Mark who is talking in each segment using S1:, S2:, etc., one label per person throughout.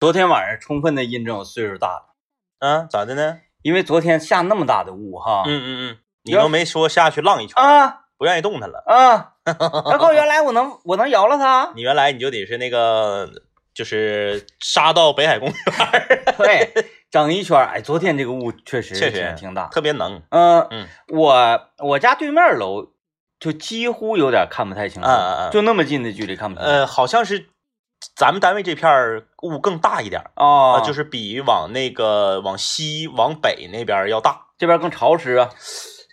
S1: 昨天晚上充分的印证我岁数大了，
S2: 啊，咋的呢？
S1: 因为昨天下那么大的雾哈，
S2: 嗯嗯嗯，你
S1: 要
S2: 都没说下去浪一圈，
S1: 啊
S2: 不愿意动弹了。
S1: 啊，然后原来我能我能摇了它，
S2: 你原来你就得是那个，就是杀到北海公园儿，
S1: 对，整一圈儿，哎，昨天这个雾确实
S2: 确
S1: 挺
S2: 实
S1: 挺大，
S2: 特别能。
S1: 嗯
S2: 嗯
S1: 我我家对面楼就几乎有点看不太清楚
S2: 嗯嗯，嗯
S1: 就那么近的距离看不清楚，
S2: 呃，好像是咱们单位这片儿雾更大一点儿，
S1: 啊
S2: 啊，就是是比往那个往西往北那边儿要大。
S1: 这边更潮湿啊，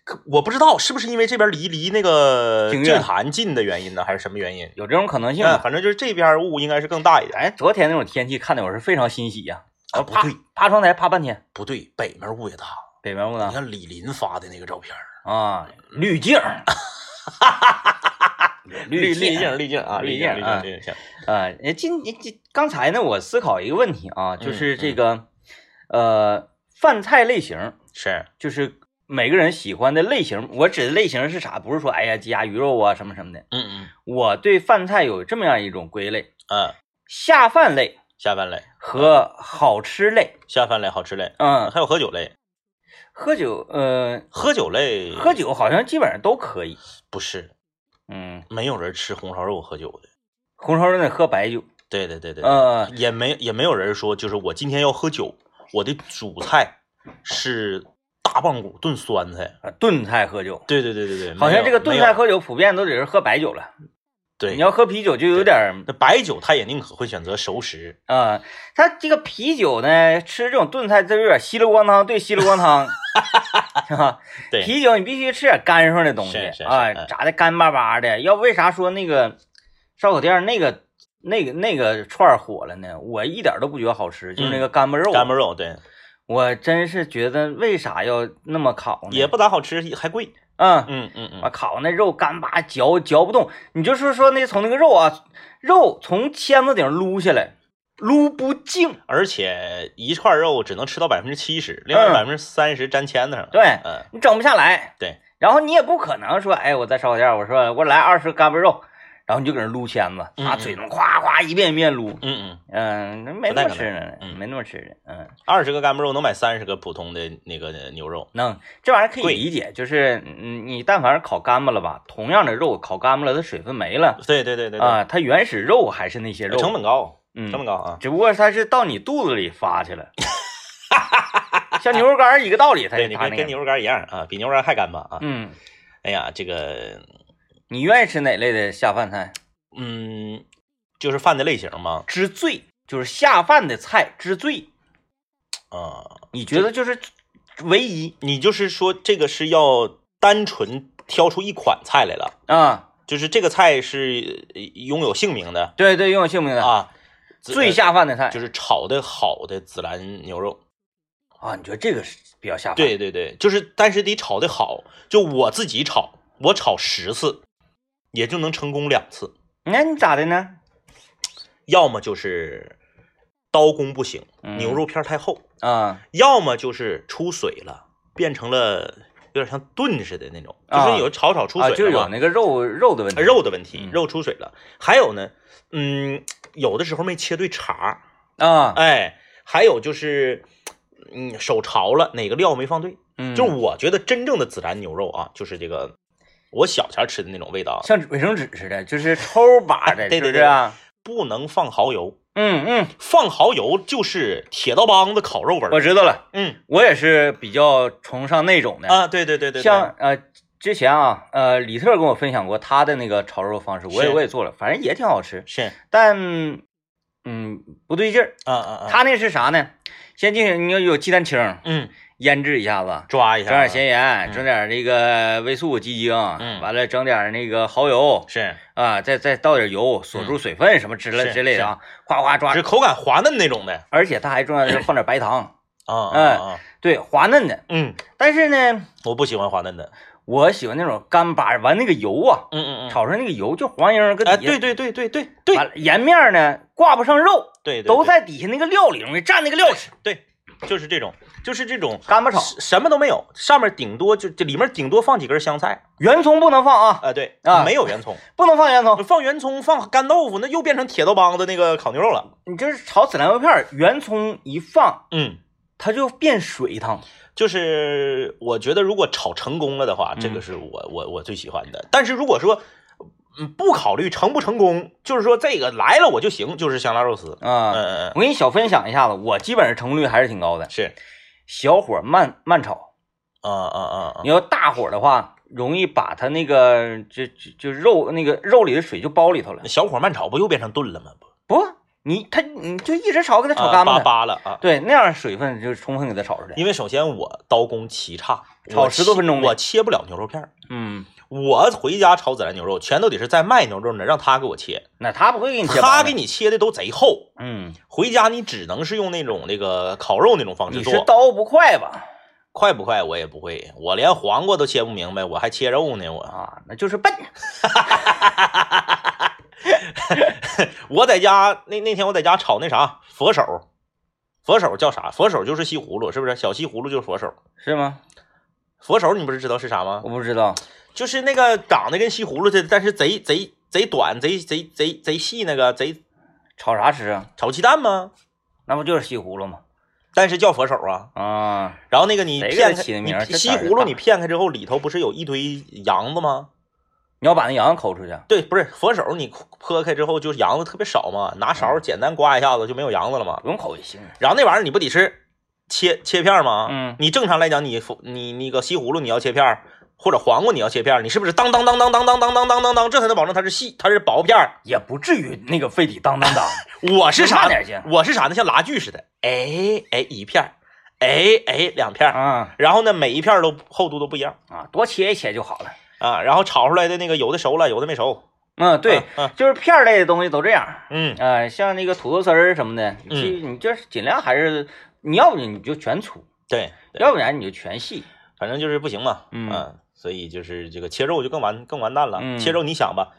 S2: 可我不知道是不是因为这边离离那个
S1: 挺
S2: 政
S1: 远
S2: 坛近的原因呢，还是什么原因？
S1: 有这种可能性
S2: 嗯，
S1: 吗？
S2: 反正就是这边儿雾应该是更大一点。
S1: 哎，昨天那种天气看的我是非常欣喜呀，
S2: 啊
S1: 我
S2: 不
S1: 爬
S2: 对
S1: 爬窗台爬半天，
S2: 不对，北面雾也大。
S1: 北边雾
S2: 你
S1: 呢
S2: 看李林发的那个照片儿，
S1: 啊，滤镜儿，有滤
S2: 滤
S1: 镜儿
S2: 镜滤镜啊，
S1: 滤
S2: 滤
S1: 镜
S2: 镜
S1: 儿啊
S2: 滤镜滤镜。
S1: 啊，哎，今今刚才呢，我思考一个问题啊，就是这个，呃，饭菜类型，
S2: 是，
S1: 就是每个人喜欢的类型。我指的类型是啥？不是说哎呀鸡鸭鱼肉啊什么什么的。
S2: 嗯嗯
S1: 我对饭菜有这么样一种归类：
S2: 嗯，
S1: 下饭类
S2: 下饭类，
S1: 和好吃类。
S2: 下饭类，好吃类，
S1: 嗯，
S2: 还有喝酒类，
S1: 喝酒，呃，
S2: 喝酒类
S1: 喝酒好像基本上都可以。
S2: 不是
S1: 嗯，
S2: 没有人吃红烧肉喝酒的。
S1: 红烧肉得喝白酒。
S2: 对对对对，
S1: 呃，
S2: 也没也没有人说，就是我今天要喝酒，我的主菜是大棒骨炖酸菜。
S1: 炖菜喝酒，
S2: 对对对对对，
S1: 好
S2: 没
S1: 像
S2: 有
S1: 这个炖
S2: 没有
S1: 菜喝酒普遍都得是喝白酒了。
S2: 对，
S1: 你要喝啤酒就有点儿。
S2: 那白酒，他也宁可会选择熟食。
S1: 啊、它这个啤酒呢，吃这种炖菜，它有点稀里咣当对稀里咣 当，是吧？
S2: 对，
S1: 啤酒你必须吃点干爽的东西
S2: 是是是
S1: 啊，
S2: 嗯
S1: 炸的干巴巴的。要不为啥说那个烧烤店那个那个那个串儿火了呢？我一点都不觉得好吃，就是那个干巴肉，
S2: 嗯干巴肉对，
S1: 我真是觉得为啥要那么烤呢？
S2: 也不咋好吃，还贵。
S1: 嗯，
S2: 嗯嗯
S1: 啊，
S2: 嗯，
S1: 烤那肉干巴嚼嚼不动，你就是说那从那个肉啊，肉从签子顶撸下来，撸不净。
S2: 而且一串肉只能吃到百分之七十，另外百
S1: 嗯
S2: 分之三十粘签子上了。
S1: 对
S2: 嗯，
S1: 你整不下来。
S2: 对，
S1: 然后你也不可能说，哎，我在烧烤店，我说我来二十干巴肉，然后你就搁那撸签子，
S2: 嗯
S1: 拿
S2: 嗯
S1: 嘴那么夸夸一遍一遍撸。
S2: 嗯嗯。
S1: 嗯，那没
S2: 不
S1: 那
S2: 太
S1: 么
S2: 可能
S1: 吃呢，
S2: 嗯
S1: 没那么吃的。嗯，
S2: 二十个干巴肉能买三十个普通的那个牛肉。
S1: 能这玩意儿可以
S2: 贵
S1: 理解，就是嗯，你但凡是烤干巴了吧，同样的肉烤干巴了，它水分没了
S2: 对对对对对，
S1: 啊、它原始肉还是那些肉，
S2: 成本高，
S1: 嗯
S2: 成本高啊。
S1: 只不过它是到你肚子里发去 了，像牛肉干儿一个道理，它
S2: 对，你
S1: 它
S2: 跟
S1: 那
S2: 跟
S1: 个，
S2: 牛肉干一样啊，比牛肉干还干巴啊。
S1: 嗯，
S2: 哎呀，这个，
S1: 你愿意吃哪类的下饭菜？
S2: 嗯，就是饭的类型嘛，
S1: 之最，就是下饭的菜之最。
S2: 啊，
S1: 你觉得就是唯一
S2: 你就是说这个是要单纯挑出一款菜来了，
S1: 啊？
S2: 就是这个菜是呃拥有姓名的
S1: 对对，拥有姓名的、
S2: 啊，孜
S1: 最下饭的菜
S2: 呃就是炒的好的孜然牛肉。
S1: 啊？你觉得这个是比较下饭？，
S2: 对对对，就是但是得炒的好，就我自己炒，我炒十次，也就能成功两次，
S1: 那你咋的呢？
S2: 要么就是刀工不行，
S1: 嗯
S2: 牛肉片儿太厚，
S1: 啊
S2: 要么就是出水了，变成了有点像炖似的那种，就
S1: 啊
S2: 是有炒炒出
S1: 啊，
S2: 水
S1: 就
S2: 了嘛、
S1: 有那个肉肉的问题。
S2: 呃肉的问题
S1: 嗯，
S2: 肉出水了。还有呢，嗯，有的时候没切对茬儿，
S1: 啊，
S2: 哎，还有就是。嗯，手潮了，哪个料没放对？
S1: 嗯
S2: 就是我觉得真正的孜然牛肉啊，就是这个我小前儿吃的那种味道啊，
S1: 像卫生纸似的，就是抽把的， 是
S2: 对对
S1: 不是
S2: 对
S1: 啊？
S2: 不能放蚝油，
S1: 嗯嗯，
S2: 放蚝油就是铁道帮子烤肉味
S1: 我
S2: 儿。
S1: 知道了，
S2: 嗯
S1: 我也是比较崇尚那种的，
S2: 啊，对对对对，对
S1: 像呃。之前啊，呃，李特跟我分享过他的那个炒肉方式，我也
S2: 是
S1: 我也做了，反正也挺好吃，
S2: 是
S1: 但嗯不对劲儿，
S2: 啊啊啊，
S1: 他那是啥呢？先进去，你要有鸡蛋清儿
S2: 嗯
S1: 腌制一下子，
S2: 抓一
S1: 整
S2: 下啊，
S1: 点咸盐，
S2: 嗯
S1: 整点这个味素、鸡精，
S2: 嗯
S1: 完了整点那个蚝油
S2: 是
S1: 啊，再再倒点油，锁住水分什么之类
S2: 嗯是
S1: 之类的啊，哗哗抓
S2: 是。口感滑嫩那种的
S1: 而且它还重要的是放点白糖，
S2: 啊啊
S1: 哎
S2: 啊啊
S1: 对，滑嫩的。
S2: 嗯，
S1: 但是呢，
S2: 我不喜欢滑嫩的，
S1: 我喜欢那种干巴，完那个油啊，
S2: 嗯嗯嗯，
S1: 炒出来那个油就黄莹儿跟
S2: 哎，
S1: 底下
S2: 对，对对对对对
S1: 完了盐面呢挂不上肉，
S2: 对，对
S1: 都在底下那个料里容易蘸那个料吃。
S2: 对，就是这种，就是这种
S1: 干巴炒，
S2: 什么都没有，上面顶多就这里面顶多放几根香菜，
S1: 圆葱不能放啊，
S2: 啊，对，
S1: 啊
S2: 没有圆葱，
S1: 不能放圆葱，
S2: 放圆葱放干豆腐，那又变成铁豆帮子那个烤牛肉了。
S1: 你就是炒孜然肉片儿，圆葱一放，
S2: 嗯，
S1: 它就变水汤。
S2: 就是我觉得如果炒成功了的话，
S1: 嗯
S2: 这个是我我我最喜欢的。但是如果说嗯不考虑成不成功，就是说这个来了我就行，就是香辣肉丝。嗯
S1: 啊，
S2: 嗯嗯，
S1: 我给你小分享一下子，我基本上成功率还是挺高的，
S2: 是，
S1: 小火慢慢炒。
S2: 啊啊啊
S1: 你要大火的话，容易把它那个就就就肉那个肉里的水就包里头了
S2: 啊，。小火慢炒不又变成炖了吗？不，
S1: 不，你它你就一直炒，给它炒
S2: 啊
S1: 干
S2: 扒
S1: 巴它。
S2: 扒了啊。
S1: 对，那样水分就充分给它炒出来。
S2: 因为首先我刀工奇差，
S1: 炒
S2: 我
S1: 10多
S2: 切
S1: 分钟呗
S2: 我切不了牛肉片儿。
S1: 嗯，
S2: 我回家炒孜然牛肉，全都得是在卖牛肉呢，让他给我切，
S1: 那他不会给你切
S2: 他
S1: 薄的
S2: 给你切的都贼厚。
S1: 嗯，
S2: 回家你只能是用那种那个烤肉那种方式
S1: 你
S2: 做
S1: 是，刀不快吧？
S2: 快不快我也不会，我连黄瓜都切不明白，我还切肉呢，我
S1: 啊，那就是笨。
S2: 我在家那那天我在家炒那啥佛手，佛手叫啥？佛手就是西葫芦，是不是？小西葫芦就是佛手，
S1: 是吗？
S2: 佛手你不是知道是啥吗？
S1: 我不知道。
S2: 就是那个长得跟西葫芦似的，但是贼贼贼短，贼贼贼贼细，那个贼
S1: 炒啥吃啊？
S2: 炒鸡蛋吗？
S1: 那不就是西葫芦吗？
S2: 但是叫佛手啊。
S1: 啊，
S2: 然后那个你
S1: 谁给它
S2: 片开，
S1: 起的
S2: 你
S1: 名儿这
S2: 西
S1: 色儿
S2: 葫芦
S1: 大
S2: 你片开之后，里头不是有一堆瓤子吗？
S1: 你要把那羊抠出去。
S2: 对，不是佛手，你剖开之后就是瓤子特别少嘛，拿
S1: 嗯
S2: 勺简单刮一下子就没有瓤子了嘛。
S1: 不用抠也行。
S2: 然后那玩意儿你不得是切切片儿吗？
S1: 嗯
S2: 你正常来讲你，你那个西葫芦你要切片儿，或者黄瓜你要切片儿，你是不是当当当当当当当当当当当，这才能保证它是细，它是薄片儿。
S1: 也不至于那个非得当当当。
S2: 我是啥
S1: 慢点行？
S2: 我是啥呢？像拉锯似的，哎哎一片儿，哎哎两片儿，
S1: 啊
S2: 然后呢每一片儿都厚度都不一样
S1: 啊，多切一切就好了。
S2: 啊，然后炒出来的那个有的熟了，有的没熟。
S1: 嗯，对
S2: 啊，，啊
S1: 就是片儿类的东西都这样。
S2: 嗯
S1: 呃，像那个土豆丝儿什么的，你就你就是尽量还是，你要不你就全粗，
S2: 对，对
S1: 要不然你就全细。
S2: 反正就是不行嘛，
S1: 嗯
S2: 啊所以就是这个切肉就更完更完蛋了。
S1: 嗯
S2: 切肉你想吧，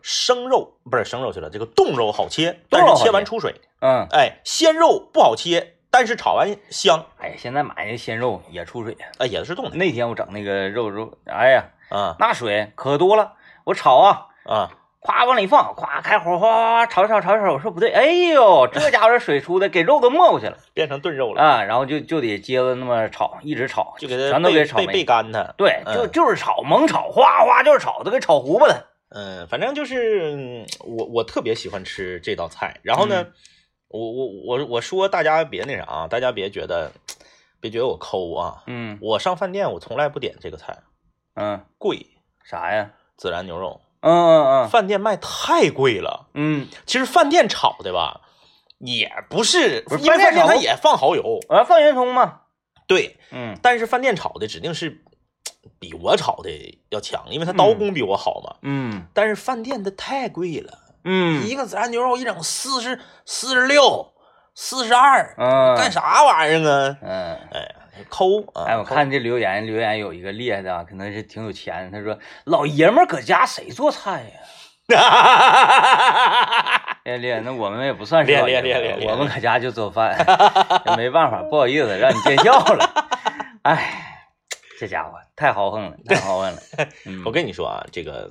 S2: 生肉不是生肉去了，这个冻肉好切，
S1: 冻肉
S2: 但是
S1: 好
S2: 切完
S1: 切
S2: 出水。
S1: 嗯，
S2: 哎，鲜肉不好切，但是炒完香，
S1: 哎呀，现在买那鲜肉也出水。
S2: 哎也是冻的
S1: 那天我整那个肉肉，哎呀，
S2: 啊
S1: 那水可多了，我炒啊，
S2: 啊
S1: 夸往里放，夸开火，哗哗哗炒炒炒炒，我说不对，哎呦，这家伙这水出的给肉都没过去 了
S2: 变成炖肉了，
S1: 啊，然后就就得接着那么炒，一直炒，
S2: 就给它
S1: 全都
S2: 备
S1: 给炒
S2: 备备
S1: 没。
S2: 干它。
S1: 对，
S2: 嗯
S1: 就就是炒，猛炒，哗哗就是炒，都给炒糊巴了。
S2: 嗯，反正就是嗯我我特别喜欢吃这道菜。然后
S1: 嗯
S2: 呢，我我我我说大家别那啥啊，大家别觉得别觉得我抠啊。
S1: 嗯
S2: 我上饭店我从来不点这个菜，
S1: 嗯，
S2: 贵，
S1: 啥呀？
S2: 孜然牛肉，
S1: 嗯嗯
S2: 饭店卖太贵了。
S1: 嗯嗯，
S2: 其实饭店炒的吧，也不是，
S1: 不是
S2: 因为
S1: 饭店
S2: 饭店它
S1: 炒
S2: 也放蚝油，
S1: 我要嗯啊放圆葱嘛。
S2: 对，
S1: 嗯
S2: 但是饭店炒的指定是比我炒的要强，因为它刀工比我好嘛。
S1: 嗯
S2: 但是饭店的太贵了。
S1: 嗯
S2: 一个孜然牛肉一整四十四十六、四十二，
S1: 嗯
S2: 干啥玩意儿啊？
S1: 嗯。
S2: 哎呀，抠啊！
S1: 哎，我
S2: 抠
S1: 看这留言，留言有一个厉害的啊，可能是挺有钱。他说：“老爷们儿搁家谁做菜呀？”练练，那我们也不算是
S2: 练
S1: 老爷们
S2: 练
S1: 儿
S2: 练练练
S1: 我们搁家就做 饭，也没办法，不好意思让你见笑了。哎，这家伙太豪横了，太豪横 了。嗯
S2: 我跟你说啊，这个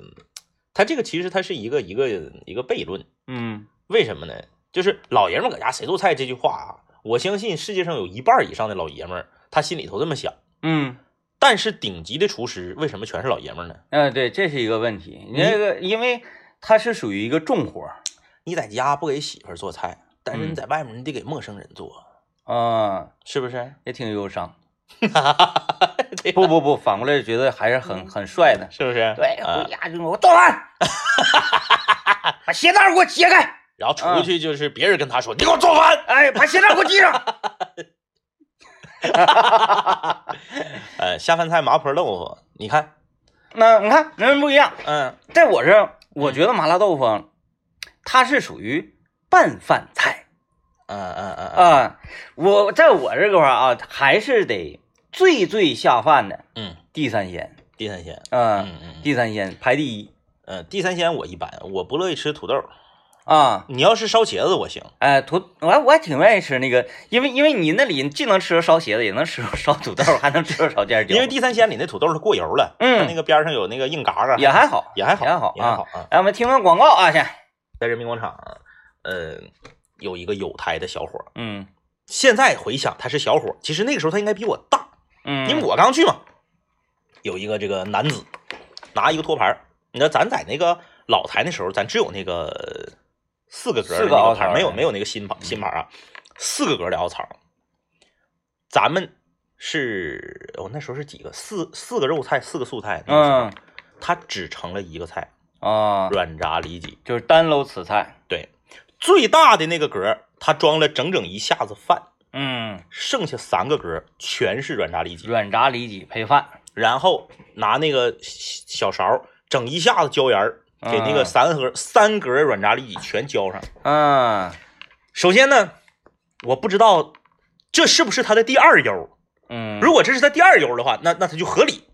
S2: 他这个其实他是一个一个一个悖论，
S1: 嗯
S2: 为什么呢？就是老爷们儿搁家谁做菜这句话啊，我相信世界上有一半以上的老爷们儿，他心里头这么想。
S1: 嗯，
S2: 但是顶级的厨师为什么全是老爷们儿呢？
S1: 嗯，对，这是一个问题。你这个，因为它是属于一个重活儿，
S2: 你在家不给媳妇儿做菜，但是你
S1: 嗯
S2: 在外面你得给陌生人做，
S1: 嗯，
S2: 是不是？
S1: 也挺忧伤。
S2: 对
S1: 不不不，反过来觉得还是很很帅的。
S2: 是不是？
S1: 对，
S2: 啊
S1: 回家就说我做 饭，把鞋带儿给我解开。
S2: 然后出去就是别人跟他说：“你给我做饭。
S1: 哎，把鞋带儿给我系上。
S2: 呃，下饭菜麻婆豆腐，你看，
S1: 那你看，人不一样。
S2: 嗯，
S1: 在我这儿，我觉得麻辣豆腐啊，它是属于拌饭菜
S2: 嗯嗯嗯嗯
S1: 啊、我在我这块儿啊，还是得最最下饭的
S2: 嗯，
S1: 地三鲜，
S2: 地三鲜，
S1: 嗯、
S2: 嗯嗯，
S1: 地三鲜排第一
S2: 呃，地三鲜我一般，我不乐意吃土豆，
S1: 啊、啊，
S2: 你要是烧茄子，我行。
S1: 哎，土，我还我还挺愿意吃那个，因为因为你那里既能吃着烧茄子，也能吃着烧土豆，还能吃着烧尖椒，
S2: 因为地三鲜里那土豆是过油了，
S1: 嗯
S2: 它那个边上有那个硬嘎嘎，
S1: 也还好。
S2: 也还好，
S1: 也还好
S2: 也还好啊。
S1: 哎，我们听个广告啊，先，
S2: 在人民广场，呃，有一个有台的小伙儿，
S1: 嗯
S2: 现在回想他是小伙儿，其实那个时候他应该比我大，
S1: 嗯，
S2: 因为我刚去嘛。有一个这个男子拿一个托盘儿，你知道咱在那个老台那时候，咱只有那个四个格儿的
S1: 四
S2: 那
S1: 个凹
S2: 个
S1: 槽
S2: 盘儿，没有
S1: 嗯
S2: 没有那个新盘新盘儿啊，四个格儿的凹槽儿。咱们是哦我、那时候是几个四四个肉菜，四个素菜，那个时候
S1: 嗯
S2: 他只盛了一个菜，
S1: 啊，
S2: 软炸里脊。
S1: 就是单搂此菜，
S2: 对，最大的那个格儿，它装了整整一下子饭，
S1: 嗯，
S2: 剩下三个格儿全是软炸里脊，
S1: 软炸里脊配饭，
S2: 然后拿那个小勺儿整一下子浇盐儿，给那
S1: 嗯
S2: 个三盒三格儿软炸里脊全浇上。
S1: 嗯
S2: 首先呢，我不知道这是不是他的第二油，
S1: 嗯，
S2: 如果这是他第二油的话，那那他就合理，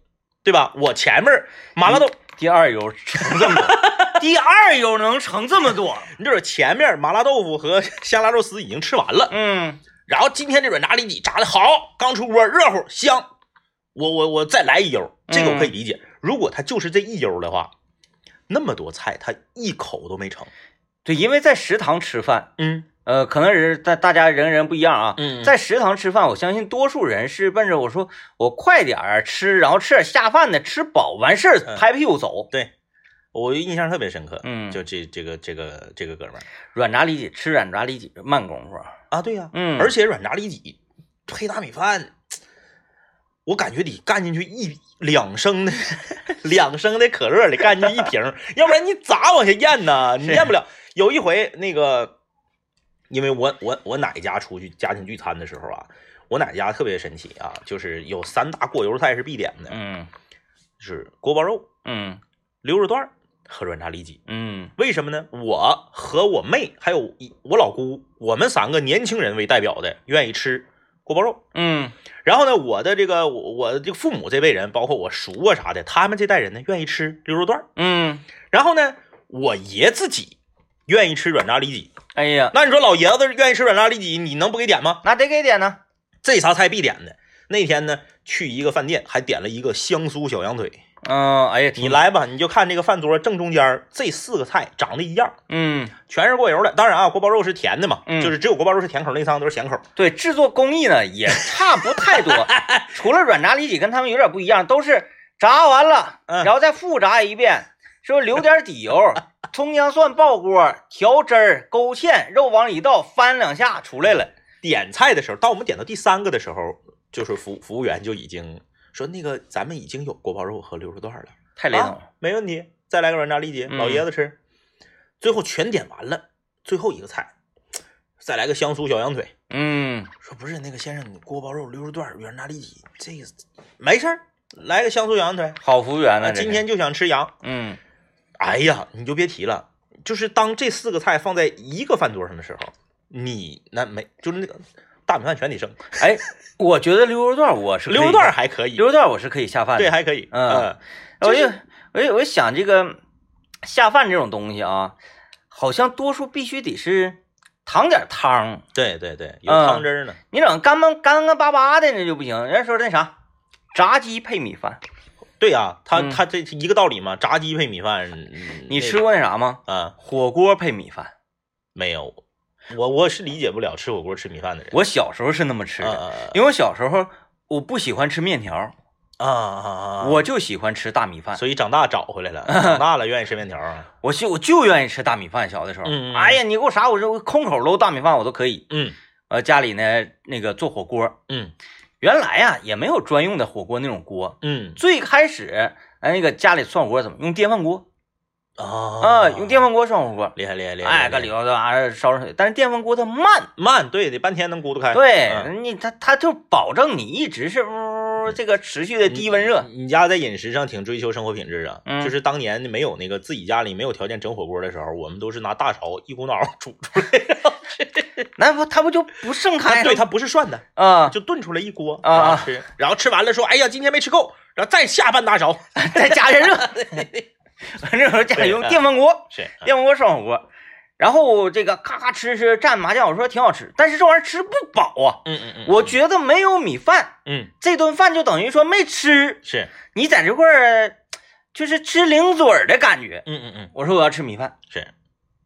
S2: 对吧？我前面儿麻辣豆，
S1: 第二油盛这么 多，第二油能盛这么多，
S2: 你就是前面儿麻辣豆腐和 香辣肉丝已经吃完了。
S1: 嗯
S2: 然后今天这软炸里脊炸的好，刚出锅热乎香，我我我再来一悠，这个我可以理解。如果他就是这一悠的话，那么多菜他一口都没盛。
S1: 对，因为在食堂吃饭，
S2: 嗯
S1: 呃，可能人大大家人人不一样啊，
S2: 嗯
S1: 在食堂吃饭，我相信多数人是奔着我说我快点儿吃，然后吃点下饭的，吃饱完事儿
S2: 嗯
S1: 拍屁股走。
S2: 对我印象特别深刻，
S1: 嗯
S2: 就这这个这个这个哥们儿
S1: 软炸里脊，吃软炸里脊是慢功夫啊，
S2: 啊，对呀、
S1: 嗯
S2: 而且软炸里脊配大米饭，我感觉得干进去一两升的 两升的可乐得干进去一瓶儿，要不然你咋往下咽呢？你
S1: 是
S2: 咽不了。有一回那个，因为我我我奶家出去家庭聚餐的时候啊，我奶家特别神奇啊，就是有三大过油菜是必点的，
S1: 嗯
S2: 就是锅包肉、
S1: 嗯
S2: 溜肉段儿和软炸里脊。
S1: 嗯
S2: 为什么呢？我和我妹还有一我老姑，我们三个年轻人为代表的，愿意吃锅包肉。
S1: 嗯
S2: 然后呢，我的这个我我这个父母这辈人，包括我叔啊啥的，他们这代人呢，愿意吃溜肉段儿。
S1: 嗯，
S2: 然后呢，我爷自己愿意吃软炸里脊。
S1: 哎呀，
S2: 那你说老爷子愿意吃软炸里脊，你能不给点吗？
S1: 那得给点呢。
S2: 这仨菜必点的。那天呢，去一个饭店，还点了一个香酥小羊腿。
S1: 嗯，哎呀，
S2: 你
S1: 挺，
S2: 来吧，你就看这个饭桌正中间儿这四个菜长得一样，
S1: 嗯，
S2: 全是过油的。当然啊，锅包肉是甜的嘛，
S1: 嗯
S2: 就是只有锅包肉是甜口，那三个都是咸口。
S1: 对，制作工艺呢也差不太 多，除了软炸里脊跟他们有点不一样，都是炸完了，
S2: 嗯
S1: 然后再复炸一遍，是不是留点底 油，葱姜蒜爆锅，调汁儿，勾芡，肉往里一倒，翻两下出来了。
S2: 点菜的时候，当我们点到第三个的时候，就是服服务员就已经说那个咱们已经有锅包肉和溜肉段了，
S1: 太雷同了，
S2: 啊没问题，再来个软炸里脊，
S1: 嗯
S2: 老爷子吃。最后全点完了，最后一个菜，再来个香酥小羊腿。
S1: 嗯
S2: 说不是那个先生，你锅包肉、溜肉段、软炸里脊，这个没事儿，来个香酥羊腿。
S1: 好服务员
S2: 啊，
S1: 呢，这是
S2: 今天就想吃羊，
S1: 嗯
S2: 哎呀，你就别提了，就是当这四个菜放在一个饭桌上的时候，你那没就是那个大米饭全得剩，
S1: 哎，我觉得溜肉段我是可以
S2: 溜肉段，还可以，
S1: 溜肉段我是可以下饭的。
S2: 对，还可以，
S1: 嗯
S2: 嗯，
S1: 我就
S2: 就
S1: 我就我就想这个下饭这种东西啊，好像多数必须得是淌点汤，
S2: 对对对，有
S1: 嗯
S2: 汤汁儿呢。
S1: 你整干巴干干巴巴的那就不行。人家说那啥，炸鸡配米饭，
S2: 对呀，他
S1: 嗯
S2: 他这一个道理嘛，炸鸡配米饭，嗯
S1: 你吃过那啥吗？
S2: 那啊？
S1: 火锅配米饭，
S2: 没有，我我是理解不了吃火锅吃米饭的人。
S1: 我小时候是那么吃
S2: 啊
S1: 的，
S2: 啊
S1: 因为我小时候我不喜欢吃面条，
S2: 啊啊啊！
S1: 我就喜欢吃大米饭，
S2: 所以长大找回来了，长大了愿意吃面条 啊。
S1: 我就我就愿意吃大米饭。小的时候，
S2: 嗯嗯嗯
S1: 哎呀，你给我啥，我就空口搂大米饭我都可以。
S2: 嗯
S1: 呃，家里呢那个做火锅，
S2: 嗯
S1: 原来呀、也没有专用的火锅那种锅，
S2: 嗯
S1: 最开始，哎，那个家里涮火锅怎么用电饭锅
S2: 啊
S1: 啊？用电饭锅涮火锅，
S2: 厉害厉害厉害！
S1: 哎，搁里头这玩意儿烧热水，但是电饭锅它慢，
S2: 慢，对，得半天能咕嘟开。嗯，
S1: 对你它它就保证你一直是呜这个持续的低温热，
S2: 你家在饮食上挺追求生活品质啊，
S1: 嗯
S2: 就是当年没有那个自己家里没有条件整火锅的时候，我们都是拿大勺一股脑儿煮出来，
S1: 那不它不就不盛开
S2: 它
S1: 了？
S2: 对，它不是涮的，
S1: 啊，
S2: 就炖出来一锅
S1: 啊啊
S2: 然后吃，然后吃完了说，哎呀，今天没吃够，然后再下半大勺， 啊
S1: 再加点热。那时候家里用电饭锅，
S2: 是，
S1: 电饭锅涮火锅，然后这个咔咔吃吃蘸麻酱，我说挺好吃，但是这玩意儿吃不饱啊，
S2: 嗯嗯嗯，
S1: 我觉得没有米饭，
S2: 嗯
S1: 这顿饭就等于说没吃，
S2: 是，
S1: 你在这块儿就是吃零嘴儿的感觉。
S2: 嗯嗯嗯
S1: 我说我要吃米饭，
S2: 是，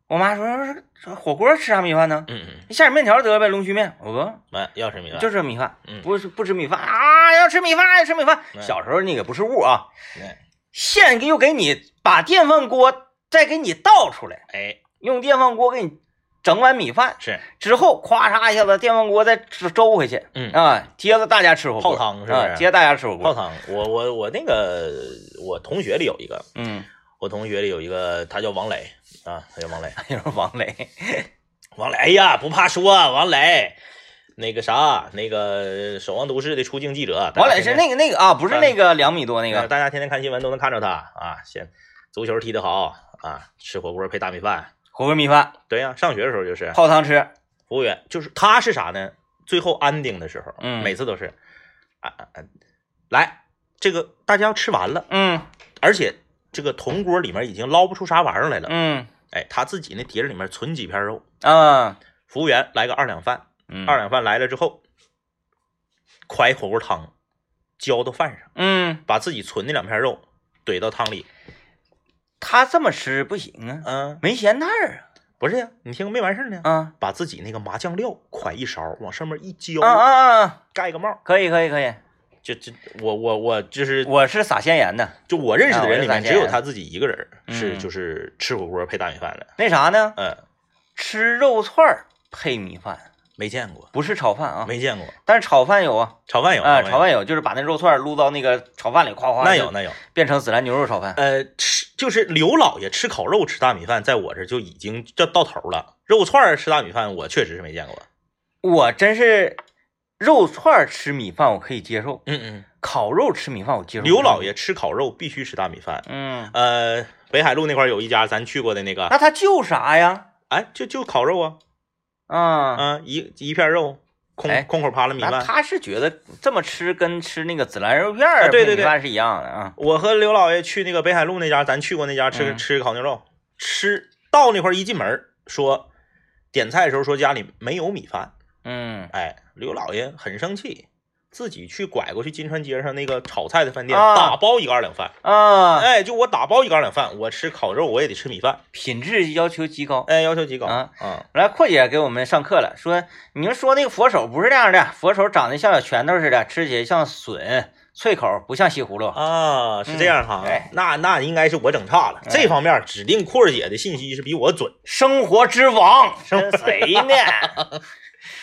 S1: 我妈说说说火锅吃啥米饭呢？
S2: 嗯嗯，
S1: 下点面条得了呗，龙须面。我说
S2: 完要吃米饭，
S1: 就吃米饭，
S2: 嗯
S1: 不是不吃米饭啊，要吃米饭要吃米饭。
S2: 嗯
S1: 小时候那个不是物啊，
S2: 对
S1: 现给又给你把电饭锅再给你倒出来，
S2: 哎
S1: 用电饭锅给你整碗米饭，
S2: 是
S1: 之后咵嚓一下子电饭锅再周回去，
S2: 嗯
S1: 啊，接着大家吃火锅，
S2: 泡汤是不是
S1: 啊接着大家吃火锅，
S2: 泡汤。我我我那个我同学里有一个，
S1: 嗯，
S2: 我同学里有一个，他叫王磊啊，他叫王磊，
S1: 还有王磊，
S2: 王磊，哎呀，不怕说，王磊。那个啥，那个《守望都市》的出镜记者，
S1: 王磊是那个那个
S2: 嗯
S1: 啊，不是那个两米多那
S2: 那
S1: 个，
S2: 呃大家天天看新闻都能看着他啊。先足球踢得好啊，吃火锅配大米饭。
S1: 火锅米饭
S2: 对呀、上学的时候就是
S1: 泡汤吃，
S2: 服务员，就是他是啥呢？最后安定的时候，
S1: 嗯
S2: 每次都是，啊啊啊，来，这个大家要吃完了，
S1: 嗯
S2: 而且这个铜锅里面已经捞不出啥玩意儿来了，
S1: 嗯
S2: 哎，他自己那碟儿里面存几片肉，
S1: 啊，
S2: 服务员来个二两饭，
S1: 嗯
S2: 二两饭来了之后，㧟火锅汤，浇到饭上，
S1: 嗯，
S2: 把自己存那两片肉怼到汤里，
S1: 他这么吃不行啊，
S2: 嗯，
S1: 没咸淡儿
S2: 不是呀，你听没完事儿呢，
S1: 啊
S2: 把自己那个麻酱料㧟一勺，往上面一浇
S1: 啊，啊啊啊，
S2: 盖个帽，
S1: 可以可以可以，
S2: 就就我我我就是
S1: 我是撒咸盐的，
S2: 就我认识
S1: 啊
S2: 的
S1: 我
S2: 人
S1: 是
S2: 里
S1: 咋
S2: 面，
S1: 见
S2: 只有他自己一个人是
S1: 嗯
S2: 就是吃火锅配大米饭的，
S1: 那啥呢，
S2: 嗯，
S1: 吃肉串儿配米饭，
S2: 没见过，
S1: 不是炒饭啊，
S2: 没见过，
S1: 但是炒饭有啊。
S2: 炒饭有
S1: 啊，炒
S2: 饭
S1: 饭有，就是把那肉串撸到那个炒饭里，夸
S2: 有
S1: 夸
S2: 那有
S1: 就
S2: 那有，
S1: 变成孜然牛肉炒饭。
S2: 呃，吃就是刘老爷吃烤肉吃大米饭，在我这就已经这到头了。肉串儿吃大米饭，我确实是没见过。
S1: 我真是肉串吃米饭我可以接受，
S2: 嗯嗯，
S1: 烤肉吃米饭我接受不了。
S2: 刘老爷吃烤肉必须吃大米饭。
S1: 嗯，
S2: 呃，北海路那块儿有一家咱去过的那个，
S1: 那他就啥呀？
S2: 哎，就就烤肉啊，
S1: 啊，
S2: 啊，一一片肉，空
S1: 哎
S2: 空口扒拉米
S1: 那
S2: 饭。
S1: 他是觉得这么吃跟吃那个孜然肉片
S2: 啊
S1: 儿
S2: 对
S1: 配
S2: 对
S1: 米
S2: 对
S1: 饭是一样的啊。
S2: 我和刘老爷去那个北海路那家，咱去过那家吃
S1: 嗯
S2: 吃烤牛肉，吃到那块儿一进门儿说点菜的时候说家里没有米饭，
S1: 嗯，
S2: 哎，刘老爷很生气，自己去拐过去金川街上那个炒菜的饭店、
S1: 啊
S2: 打包一个二两饭。
S1: 啊，
S2: 哎，就我打包一个二两饭，我吃烤肉我也得吃米饭，
S1: 品质要求极高。
S2: 哎，要求极高
S1: 啊
S2: 啊！
S1: 来，阔姐给我们上课了，说你们说那个佛手不是这样的，佛手长得像小拳头似的，吃起来像笋，脆口，不像西葫芦。
S2: 啊，是这样哈，
S1: 嗯哎
S2: 那那应该是我整差了，这方面指定阔儿姐的信息是比我准。
S1: 生活之 王，跟谁呢？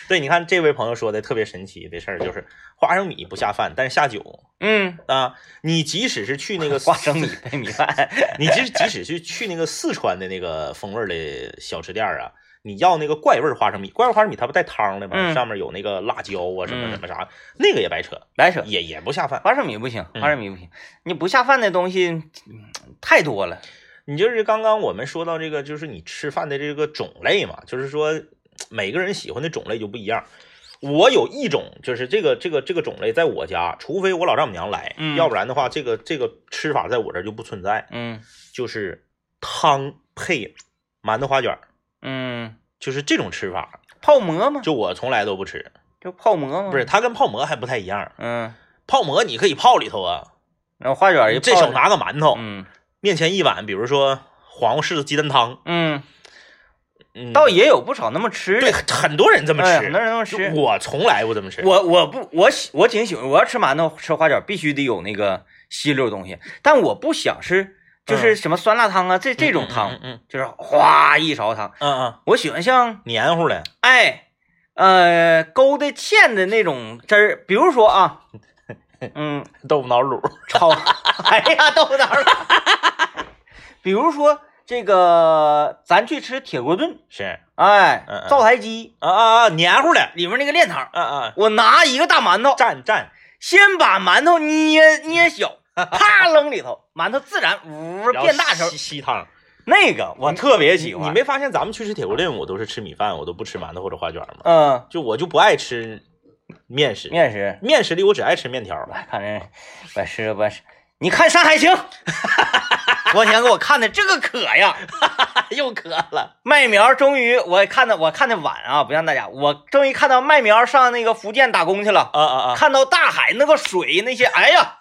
S2: 对，你看这位朋友说的特别神奇的事儿，就是花生米不下饭，但是下酒
S1: 嗯，
S2: 啊。你即使是去那 个
S1: 花生米配米饭，
S2: 你即使即使是去那个四川的那个风味儿的小吃店儿啊，你要那个怪味儿花生米，怪味儿花生米它不带汤的吗？
S1: 嗯
S2: 上面有那个辣椒啊，什么
S1: 嗯
S2: 什么啥，那个也白扯，
S1: 白扯。
S2: 也也不下饭。
S1: 花生米不行，
S2: 嗯
S1: 花生米不行，你不下饭的东西嗯太多了。
S2: 你就是刚刚我们说到这个，就是你吃饭的这个种类嘛，就是说每个人喜欢的种类就不一样。我有一种，就是这个这个这个种类，在我家，除非我老丈母娘来，
S1: 嗯
S2: 要不然的话，这个这个吃法在我这儿就不存在，
S1: 嗯
S2: 就是汤配馒头花卷儿，
S1: 嗯，
S2: 就是这种吃法。
S1: 泡馍 吗？
S2: 就我从来都不吃，
S1: 就泡馍吗？
S2: 不是，它跟泡馍还不太一样，
S1: 嗯，
S2: 泡馍你可以泡里头啊，
S1: 然后花卷一
S2: 这
S1: 泡
S2: 手？拿个馒头，
S1: 嗯
S2: 面前一碗，比如说黄瓜柿子鸡蛋汤，
S1: 嗯，
S2: 嗯，
S1: 倒也有不少那么吃
S2: 对，
S1: 的，
S2: 很多人这么
S1: 哎，很多
S2: 吃，
S1: 人那么
S2: 就
S1: 吃。
S2: 我从来不这么 吃，
S1: 我我不我喜我挺喜欢，我要吃馒头吃花卷，必须得有那个吸溜东西，但我不想是就是什么酸辣汤啊，这这种汤，
S2: 嗯嗯
S1: 就是哗一勺汤，
S2: 嗯嗯，
S1: 我喜欢像
S2: 黏糊的，
S1: 哎呃勾的芡的那种汁儿，比如说 啊，嗯，
S2: 豆腐脑卤，
S1: 炒，哎呀豆腐脑儿， 比如说这个咱去吃铁锅炖，
S2: 是
S1: 哎
S2: 嗯嗯，
S1: 灶台鸡
S2: 啊啊啊，黏糊的，
S1: 里面那个炼汤，
S2: 啊啊，
S1: 我拿一个大馒头。
S2: 蘸蘸，
S1: 先把馒头捏捏 小，啪扔里头，馒头自然呜
S2: 然后
S1: 变大时候
S2: 吸，吸汤，
S1: 那个我特别喜欢。
S2: 你没发现咱们去吃铁锅炖，我都是吃米饭，我都不吃馒头或者花卷吗？
S1: 嗯，
S2: 就我就不爱吃面食，
S1: 面食，哎
S2: 面食里我只爱吃面条，
S1: 我看这我吃我吃，你看《山海情》昨天给我看的这个渴呀，
S2: 又渴了。
S1: 麦苗终于我看的我看的晚啊，不像大家，我终于看到麦苗上那个福建打工去了，
S2: 啊啊啊！
S1: 看到大海那个水那些，哎呀，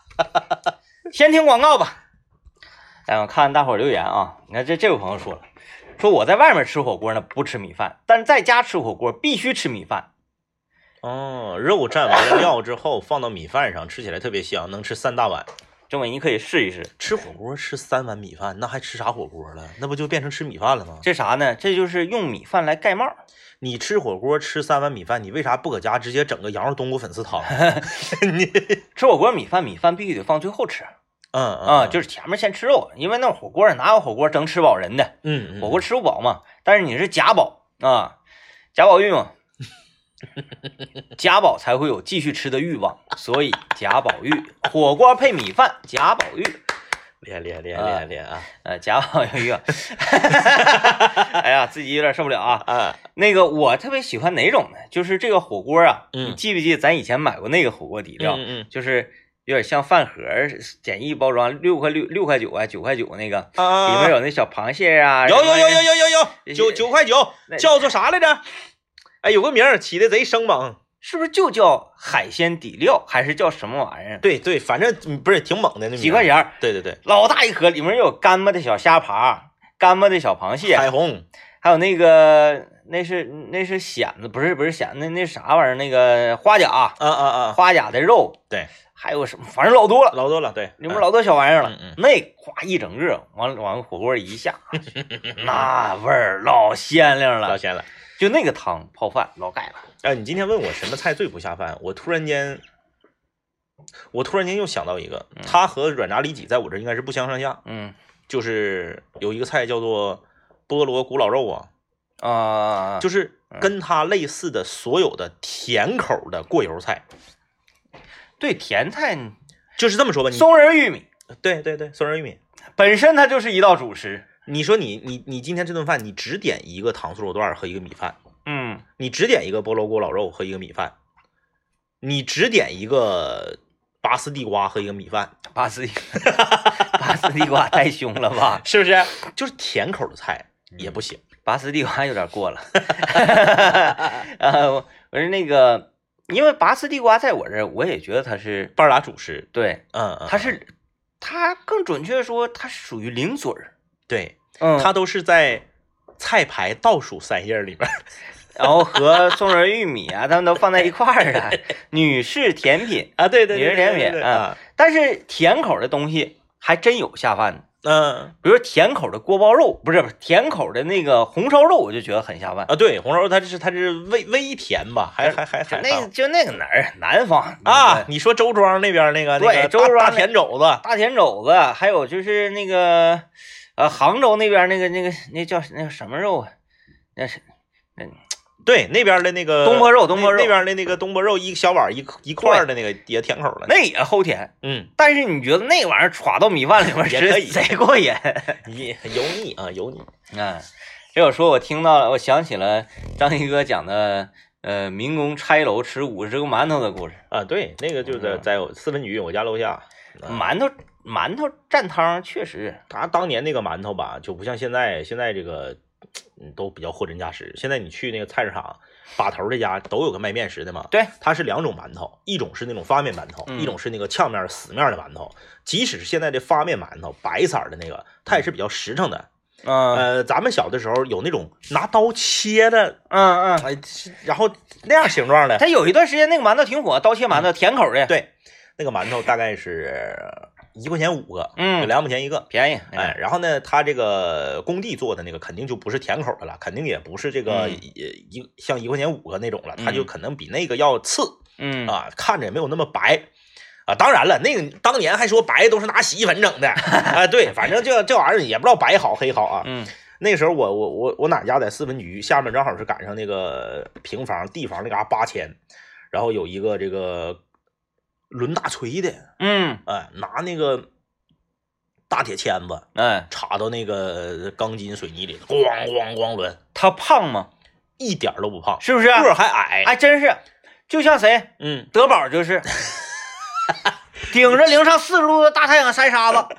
S1: 先听广告吧。哎，我看大伙儿留言啊，你看这这位朋友说了，说我在外面吃火锅呢不吃米饭，但是在家吃火锅必须吃米饭。
S2: 哦，肉蘸完了料之后放到米饭上，吃起来特别香，能吃三大碗。
S1: 政委，你可以试一试，
S2: 吃火锅吃三碗米饭，那还吃啥火锅了？那不就变成吃米饭了吗？
S1: 这啥呢？这就是用米饭来盖帽。
S2: 你吃火锅吃三碗米饭，你为啥不搁家直接整个羊肉冬菇粉丝 汤？嗯你
S1: 吃火锅米饭米饭必须得放最后吃
S2: 嗯
S1: 啊，
S2: 嗯
S1: 就是前面先吃肉，因为那火锅哪有火锅整吃饱人的，
S2: 嗯，嗯
S1: 火锅吃不饱嘛。但是你是假饱啊，假饱运 嘛，假饱才会有继续吃的欲望，所以贾宝玉火锅配米饭，贾宝玉。
S2: 厉害厉害厉害
S1: 啊
S2: 厉害厉害啊！
S1: 呃，贾宝玉啊，哎呀，自己有点受不了啊。
S2: 啊，
S1: 那个我特别喜欢哪种呢？就是这个火锅啊，
S2: 嗯
S1: 你记不记得咱以前买过那个火锅底料？
S2: 嗯
S1: 就是有点像饭盒儿，简易包装，六块六六块九啊，九块九那个，
S2: 嗯啊，哎
S1: 里面有那小螃蟹啊，
S2: 有
S1: 什么
S2: 有有有有有有
S1: 那
S2: 九九块九
S1: 那，
S2: 叫做啥来着？哎，有个名儿起的贼生猛，
S1: 是不是就叫海鲜底料，还是叫什么玩意儿？
S2: 对对，反正嗯不是挺猛的那名儿
S1: 几块，钱儿，
S2: 对对对，
S1: 老大一盒，里面有干巴的小虾爬，干巴的小螃蟹，
S2: 彩虹
S1: 还有那个那是那是蚬子，不是不是蚬，那那啥玩意儿，那个花甲，
S2: 啊啊啊，
S1: 花甲的肉，
S2: 对，
S1: 还有什么，反正老多了，
S2: 老多了，对，
S1: 里面老多小玩意儿了。
S2: 嗯嗯
S1: 那夸一整个，完了往火锅一 下，那味儿老鲜亮
S2: 老
S1: 了，
S2: 鲜了。
S1: 就那个汤泡饭老盖了。
S2: 哎，你今天问我什么菜最不下饭，我突然间，我突然间又想到一个，它和软炸里脊在我这儿应该是不相上下，
S1: 嗯
S2: 就是有一个菜叫做菠萝咕老肉啊，
S1: 啊，
S2: 就是是跟它类似的所有的甜口的过油菜，
S1: 对甜菜，
S2: 就是这么说吧，你
S1: 松仁玉米
S2: 对对对，松仁玉米。
S1: 本身它就是一道主食。
S2: 你说你你你今天这顿饭，你只点一个糖醋肉段儿和一个米饭，
S1: 嗯，
S2: 你只点一个菠萝咕老肉和一个米饭，你只点一个拔丝地瓜和一个米饭，
S1: 拔 丝地拔丝地瓜太凶了吧？
S2: 是不是？就是甜口的菜也不行。
S1: 拔丝地瓜有点过了， 呃，我我是那个，因为拔丝地瓜在我这儿，我也觉得它是
S2: 半拉主食，
S1: 对，
S2: 嗯嗯，
S1: 它是它更准确说，它是属于零嘴儿，
S2: 对，
S1: 嗯
S2: 它都是在菜牌倒数三页里边儿。
S1: 然后和松仁玉米啊，他们都放在一块儿了，女士甜品，
S2: 啊，对对
S1: 也
S2: 对，
S1: 是甜
S2: 对
S1: 品
S2: 对
S1: 啊
S2: 啊，
S1: 但是甜口的东西还真有下饭的，
S2: 嗯
S1: 比如甜口的锅包肉，不是不是甜口的那个红烧肉，我就觉得很下饭。
S2: 啊，对，红烧肉它这是它这是微微甜吧，还还还
S1: 就
S2: 还
S1: 那就那个哪儿南方
S2: 啊，你说周庄那边儿那个那
S1: 对
S2: 个
S1: 周
S2: 大
S1: 庄
S2: 大
S1: 那
S2: 甜肘子，
S1: 大田肘子，还有就是那个呃杭州那边那个那个那叫那个什么肉啊？那是
S2: 对，那边的那个
S1: 东坡肉，东
S2: 那
S1: 坡肉
S2: 那边的那个东坡肉，一个小碗儿一一块儿的那个也甜口的，
S1: 那也齁甜，
S2: 嗯，
S1: 但是你觉得那玩意儿歘到米饭里面
S2: 也
S1: 吃
S2: 可以
S1: 贼过 瘾。
S2: 也油腻啊，油腻。
S1: 啊，这我说我听到了，我想起了张一哥讲的呃民工拆楼吃五十个馒头的故事，
S2: 啊，对，那个就在
S1: 嗯
S2: 在我四分局我家楼下，嗯
S1: 馒头馒头蘸汤确实，
S2: 他当年那个馒头吧，就不像现在，现在这个嗯都比较货真价实。现在你去那个菜市场，把头这家都有个卖面食的嘛，
S1: 对，
S2: 它是两种馒头，一种是那种发面馒头，
S1: 嗯
S2: 一种是那个呛面儿死面儿的馒头。即使是现在的发面馒头，白色儿的那个，它也是比较实诚的。
S1: 嗯
S2: 呃，咱们小的时候有那种拿刀切的，
S1: 嗯嗯，
S2: 哎，然后那样形状 的，
S1: 他有一段时间那个馒头挺火，刀切馒头甜口的，，
S2: 对，那个馒头大概是一块钱五个，
S1: 嗯
S2: 就两毛钱一个。
S1: 便宜，
S2: 哎，，然后呢，它这个工地做的那个肯定就不是甜口的了，肯定也不是这个
S1: 嗯
S2: 一一像一块钱五个那种了，它
S1: 嗯
S2: 就可能比那个要次
S1: 嗯
S2: 啊，看着也没有那么白啊。当然了，那个当年还说白都是拿洗衣 粉整的啊，对，反正这这玩意儿也不知道白好黑好啊。
S1: 嗯
S2: 那时候我我我我哪家在四分局下面，正好是赶上那个平房地房那嘎八千，然后有一个这个抡大锤的，
S1: 嗯，
S2: 哎，拿那个大铁签子。
S1: 哎，
S2: 插到那个钢筋水泥里，咣咣咣抡，
S1: 他胖吗？
S2: 一点儿都不胖，
S1: 是不是？
S2: 个儿还矮。
S1: 哎，真是，就像谁
S2: 嗯，
S1: 德宝就是，顶着零上四十度的大太阳晒沙子，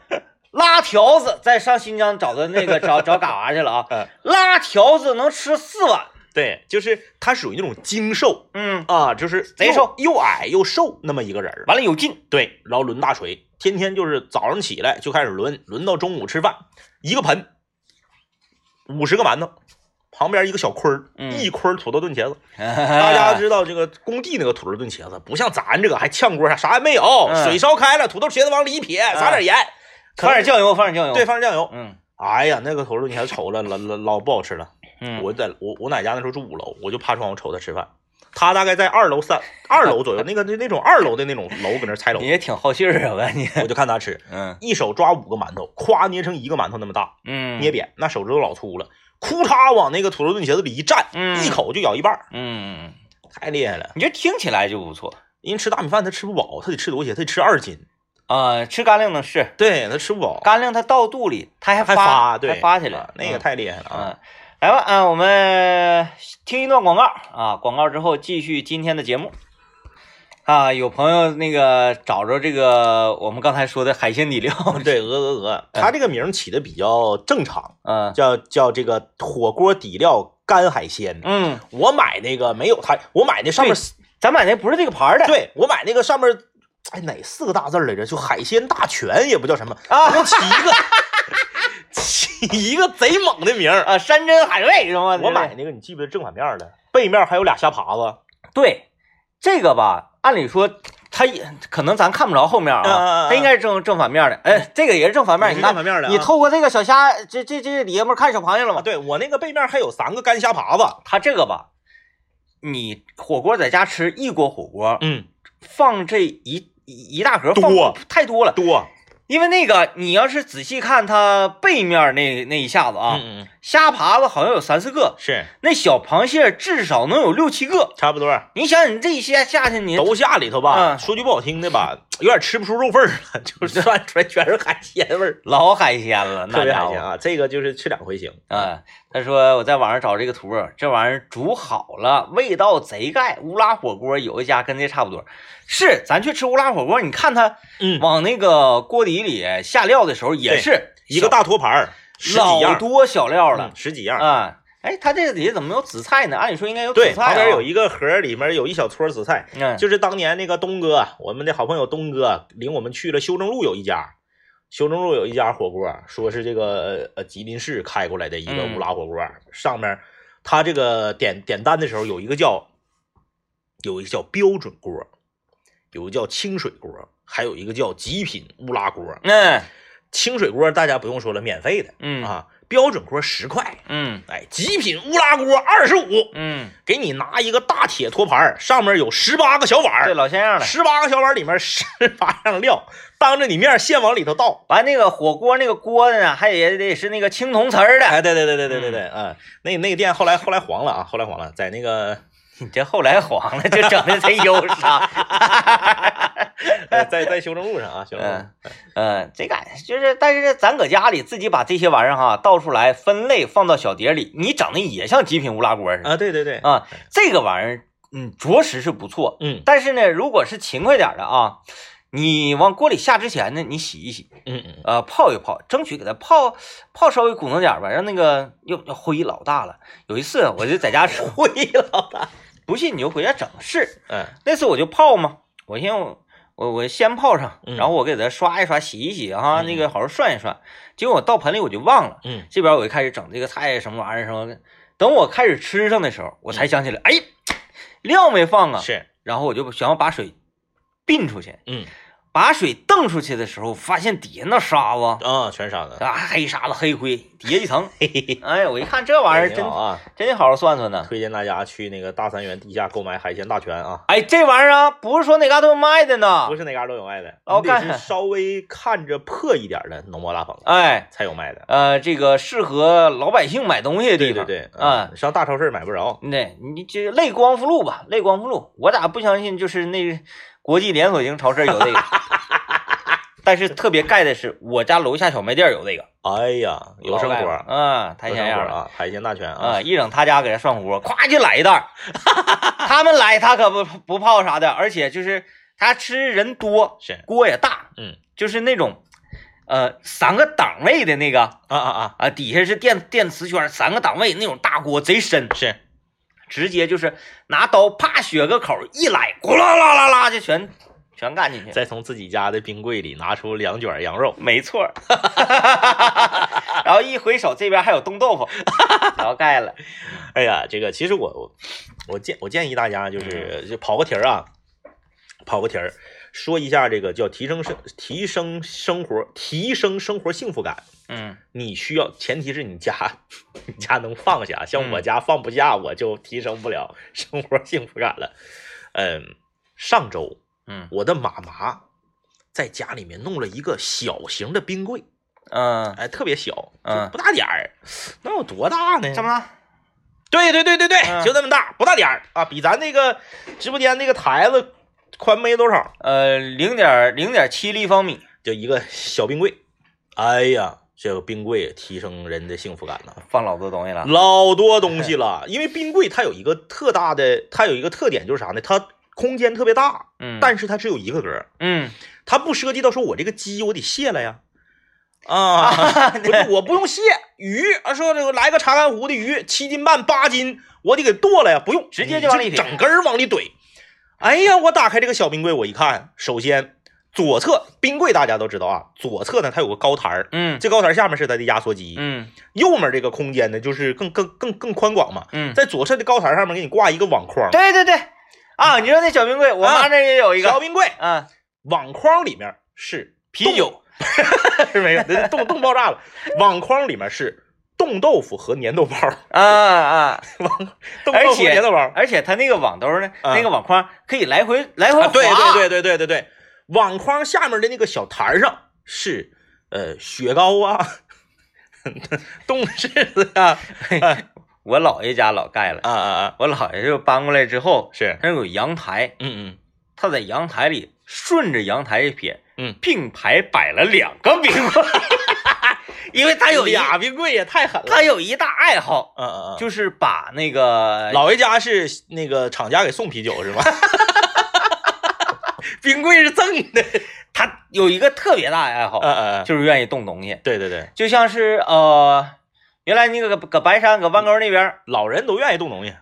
S1: 拉条子，在上新疆找的那个 找找嘎娃去了啊
S2: 嗯，
S1: 拉条子能吃四碗，
S2: 对，就是他属于那种精瘦
S1: 嗯，
S2: 啊，就是
S1: 贼
S2: 又
S1: 瘦，
S2: 又矮又瘦那么一个人儿。
S1: 完了有劲，
S2: 对，然后抡大锤，天天就是早上起来就开始抡，抡到中午吃饭，一个盆五十个馒头，旁边一个小筐儿，
S1: 嗯
S2: 一筐儿土豆炖茄子。
S1: 大
S2: 大家知道这个工地那个土豆炖茄子，不像咱这个还炝锅啥啥也没有，
S1: 嗯
S2: 水烧开了，土豆茄子往里一撇，撒点盐，
S1: 放点酱油，放点酱油，
S2: 对，，放点酱油。
S1: 嗯
S2: 哎呀，那个土豆炖茄子瞅着老老老不好吃了。
S1: 嗯，
S2: 我在我我奶家那时候住五楼，我就趴窗户瞅他吃饭。他大概在二楼三二楼左右，那个那那种二楼的那种楼搁那拆楼
S1: 你，也挺好信儿啊，我你，
S2: 我就看他吃。
S1: 嗯
S2: 一手抓五个馒头，咵捏成一个馒头那么大，
S1: 嗯，
S2: 捏扁，那手指头老粗了，哭嚓往那个土豆炖茄子里一蘸，
S1: 嗯
S2: 一口就咬一半儿，
S1: 嗯，
S2: 太厉害了。
S1: 你这听起来就不错
S2: 因为吃大米饭他吃不饱，他得吃多些，他得吃二斤，
S1: 啊，吃干粮能是
S2: 对他吃不饱，
S1: 干粮，它到肚里，它还
S2: 还
S1: 发，
S2: 对，
S1: 还发起来
S2: 啊，那个
S1: 嗯
S2: 太厉害了啊！
S1: 嗯，来吧，啊，我们听一段广告啊，广告之后继续今天的节目。啊，有朋友那个找着这个我们刚才说的海鲜底料，
S2: 对，鹅鹅鹅，他这个名儿起的比较正常，
S1: 嗯
S2: 叫叫这个火锅底料干海鲜。
S1: 嗯，
S2: 我买那个没有它，我买那上面四，
S1: 咱买那不是这个牌儿的，
S2: 对我买那个上面，哎哪四个大字儿来着？就海鲜大全也不叫什么，
S1: 啊
S2: 起一个起一个贼猛的名儿。
S1: 啊，山珍海味什么的，
S2: 我买那个，你记不记得正反面儿的？背面还有俩虾爬子。
S1: 对这个吧，按理说它也可能咱看不着后面
S2: 嗯嗯
S1: 啊，
S2: 嗯
S1: 它应该是正正反面的，哎，这个也是正反面，啊你看
S2: 反面
S1: 你透过这个小虾，这这这里面看小螃蟹了
S2: 啊？
S1: 吗？
S2: 对我那个背面还有三个干虾爬子。
S1: 它这个吧，你火锅在家吃一锅火锅，
S2: 嗯，
S1: 放这一一一大盒放
S2: 多
S1: 太多了，
S2: 多
S1: 因为那个你要是仔细看它背面那那一下子啊，
S2: 嗯嗯，
S1: 虾爬子好像有三四个，
S2: 是
S1: 那小螃蟹至少能有六七个。
S2: 差不多。
S1: 你想想，你这一下下去，你
S2: 都下里头吧，
S1: 嗯
S2: 说句不好听的吧，有点吃不出肉味儿了， 就是涮出来全是海鲜味儿，
S1: 老海鲜了，那
S2: 特别
S1: 家
S2: 海
S1: 伙
S2: 鲜啊。这个就是吃两回行。
S1: 啊，他说我在网上找这个图，这玩意儿煮好了，味道贼盖。乌拉火锅有一家跟这差不多，是咱去吃乌拉火锅，你看他
S2: 嗯，
S1: 往那个锅底里下料的时候，也
S2: 对
S1: 是
S2: 一个大托盘儿，十几样
S1: 老
S2: 儿
S1: 多小料
S2: 嗯
S1: 了
S2: 十几样儿。
S1: 啊。哎，他这里怎么没有紫菜呢？按理说应该有紫
S2: 对，
S1: 菜、啊，
S2: 旁边有一个盒儿，里面有一小撮儿紫菜，
S1: 嗯，
S2: 就是当年那个东哥，啊我们的好朋友东哥啊领我们去了修正路有一家，修正路有一家火锅，啊说是这个呃呃吉林市开过来的一个
S1: 嗯
S2: 乌拉火锅，啊上面他这个点点单的时候有一个叫有一个叫标准锅，有一个叫清水锅，还有一个叫极品乌拉锅。
S1: 嗯
S2: 清水锅大家不用说了，免费的
S1: 嗯
S2: 啊，标准锅十块，
S1: 嗯
S2: 哎，极品乌拉锅二十五。
S1: 嗯，
S2: 给你拿一个大铁托盘儿，上面有十八个小碗儿
S1: 对，，老像样了。
S2: 十八个小碗里面十八样料，当着你面现往里头倒。
S1: 完那个火锅那个锅呢，还也得是那个青铜瓷儿的。
S2: 哎，对对对对对对对，嗯，那那个店后来后来黄了啊，后来黄了，在那 个
S1: 你这后来黄了，就整的贼忧伤。
S2: 呃在在修正路上啊，修正路
S1: 嗯，嗯，这个就是，但是咱搁家里自己把这些玩意儿哈倒出来，分类放到小碟里，你整的也像极品乌拉锅似的
S2: 啊，对对对，
S1: 啊。这个玩意儿，嗯，着实是不错。
S2: 嗯
S1: 但是呢，如果是勤快点儿的啊，你往锅里下之前呢，你洗一洗，
S2: 嗯嗯，
S1: 呃，泡一泡，争取给它泡泡稍微鼓弄点儿吧，让那个又又灰老大了。有一次我就在家 吃
S2: 灰老大，
S1: 不信你就回家整是。
S2: 嗯
S1: 那次我就泡嘛，我先我我先泡上，
S2: 嗯
S1: 然后我给它刷一刷、洗一洗哈，
S2: 嗯
S1: 那个好好涮一涮。结果我倒盆里我就忘了，
S2: 嗯，
S1: 这边我就开始整这个菜什么玩意儿什么的。等我开始吃上的时候，我才想起来，哎，料没放啊。
S2: 嗯是，
S1: 然后我就想要把水并出去，
S2: 嗯
S1: 把水瞪出去的时候，发现底下那沙子
S2: 啊，全沙子，
S1: 啊，黑沙子黑灰，底下一层。哎，我一看这玩意儿真
S2: 挺好啊，
S1: 真得好好算算呢。
S2: 推荐大家去那个大三元地下购买海鲜大全啊。
S1: 哎，这玩意儿啊，不是说哪嘎都卖的呢
S2: 不。是哪嘎都有卖的，
S1: 老
S2: 你得
S1: 啊哦干
S2: 是稍微看着破一点的农贸大棚
S1: 哎，
S2: 才有卖的。
S1: 呃，这个适合老百姓买东西的地
S2: 对
S1: 方。
S2: 对对，
S1: 啊
S2: 嗯，上大超市买不着。
S1: 对，你这类光复路吧，类光复路，我咋不相信？就是那国际连锁型超市有这个， 但是特别盖的是我家楼下小卖店有这个，
S2: 哎呀，有生
S1: 老盖
S2: 活
S1: 了，啊，太
S2: 海
S1: 像
S2: 鲜
S1: 样
S2: 果
S1: 了
S2: 啊，海鲜大全啊，
S1: 啊！一整他家给他涮火锅，咵就来一袋儿， 他们来他可不不泡啥的，而且就是他吃人多，
S2: 是
S1: 锅也大，
S2: 嗯，
S1: 就是那种呃三个档位的那个
S2: 啊啊啊，
S1: 啊，底下是电电磁圈，三个档位那种大锅贼深，
S2: 是
S1: 直接就是拿刀啪削个口儿，一来，咕啦啦啦啦就全全干进去。
S2: 再从自己家的冰柜里拿出两卷羊肉，
S1: 没错 儿， 然后一回手这边还有冻豆腐，然后盖了，
S2: 哎呀，这个其实我我我建我建议大家
S1: 嗯
S2: 就是就跑个题儿啊，跑个题儿，说一下这个叫提升生提升生活提升生活幸福感。
S1: 嗯
S2: 你需要前提是你家你家能放下，像我
S1: 嗯
S2: 家放不下，我就提升不了 生活幸福感了。嗯，上周
S1: 嗯
S2: 我的妈妈在家里面弄了一个小型的冰柜，
S1: 嗯，
S2: 哎，特别小，
S1: 嗯
S2: 就不大点儿，能有多大呢？
S1: 这么大，
S2: 对对对对对，
S1: 嗯
S2: 就那么大，不大点儿啊，比咱那个直播间那个台子宽没多少，
S1: 呃，零点零点七立方米，
S2: 就一个小冰柜。哎呀，这个冰柜提升人的幸福感呐、
S1: 放老多东西了，
S2: 老多东西了。
S1: 哎
S2: 因为冰柜它有一个特大的，它有一个特点就是啥呢？它空间特别大，
S1: 嗯，
S2: 但是它只有一个格儿，
S1: 嗯，
S2: 它不涉及到说我这个鸡我得卸了呀。 啊，不是，我不用卸鱼啊，说这个来个查干湖的鱼，七斤半八斤，我得给剁了呀，不用，
S1: 直接就往里
S2: 你
S1: 怼
S2: 整根儿往里怼。哎呀，我打开这个小冰柜，我一看，首先左侧冰柜大家都知道啊，左侧呢它有个高台儿，
S1: 嗯
S2: 这高台儿下面是它的压缩机，
S1: 嗯
S2: 右面这个空间呢就是更更更更宽广嘛，
S1: 嗯，
S2: 在左侧的高台上面给你挂一个网框，
S1: 对对对，啊，你说那小冰柜，我妈那儿也有一
S2: 啊小
S1: 个，
S2: 冰柜，
S1: 啊，
S2: 网框里面是
S1: 啤酒，
S2: 是没有，那冻冻爆炸了，网框里面是冻豆腐和粘豆包，
S1: 啊啊，
S2: 冻豆
S1: 而
S2: 腐和
S1: 且
S2: 粘豆包，
S1: 而且它那个网兜呢，
S2: 啊
S1: 那个网框可以来回来回
S2: 啊
S1: 滑，
S2: 对对对对对对对，网框下面的那个小台上是呃雪糕啊，冻柿子啊，
S1: 我姥爷家老盖了，
S2: 啊啊啊，
S1: 我姥爷就搬过来之后，
S2: 是，
S1: 那有阳台，
S2: 嗯嗯，
S1: 他在阳台里顺着阳台一撇，
S2: 嗯
S1: 并排摆了两个冰 棍，因为他有一
S2: 俩冰柜也太狠了，
S1: 他有一大爱好，
S2: 嗯哎嗯嗯。
S1: 就是把那个
S2: 老爷家是那个厂家给送啤酒是吗？ 冰柜是赠的。
S1: 他有一个特别大的爱好，
S2: 嗯嗯，嗯
S1: 就是愿意动东西，
S2: 对对对，
S1: 就像是呃，原来那个搁搁白山搁弯沟那边
S2: 老人都愿意动东西。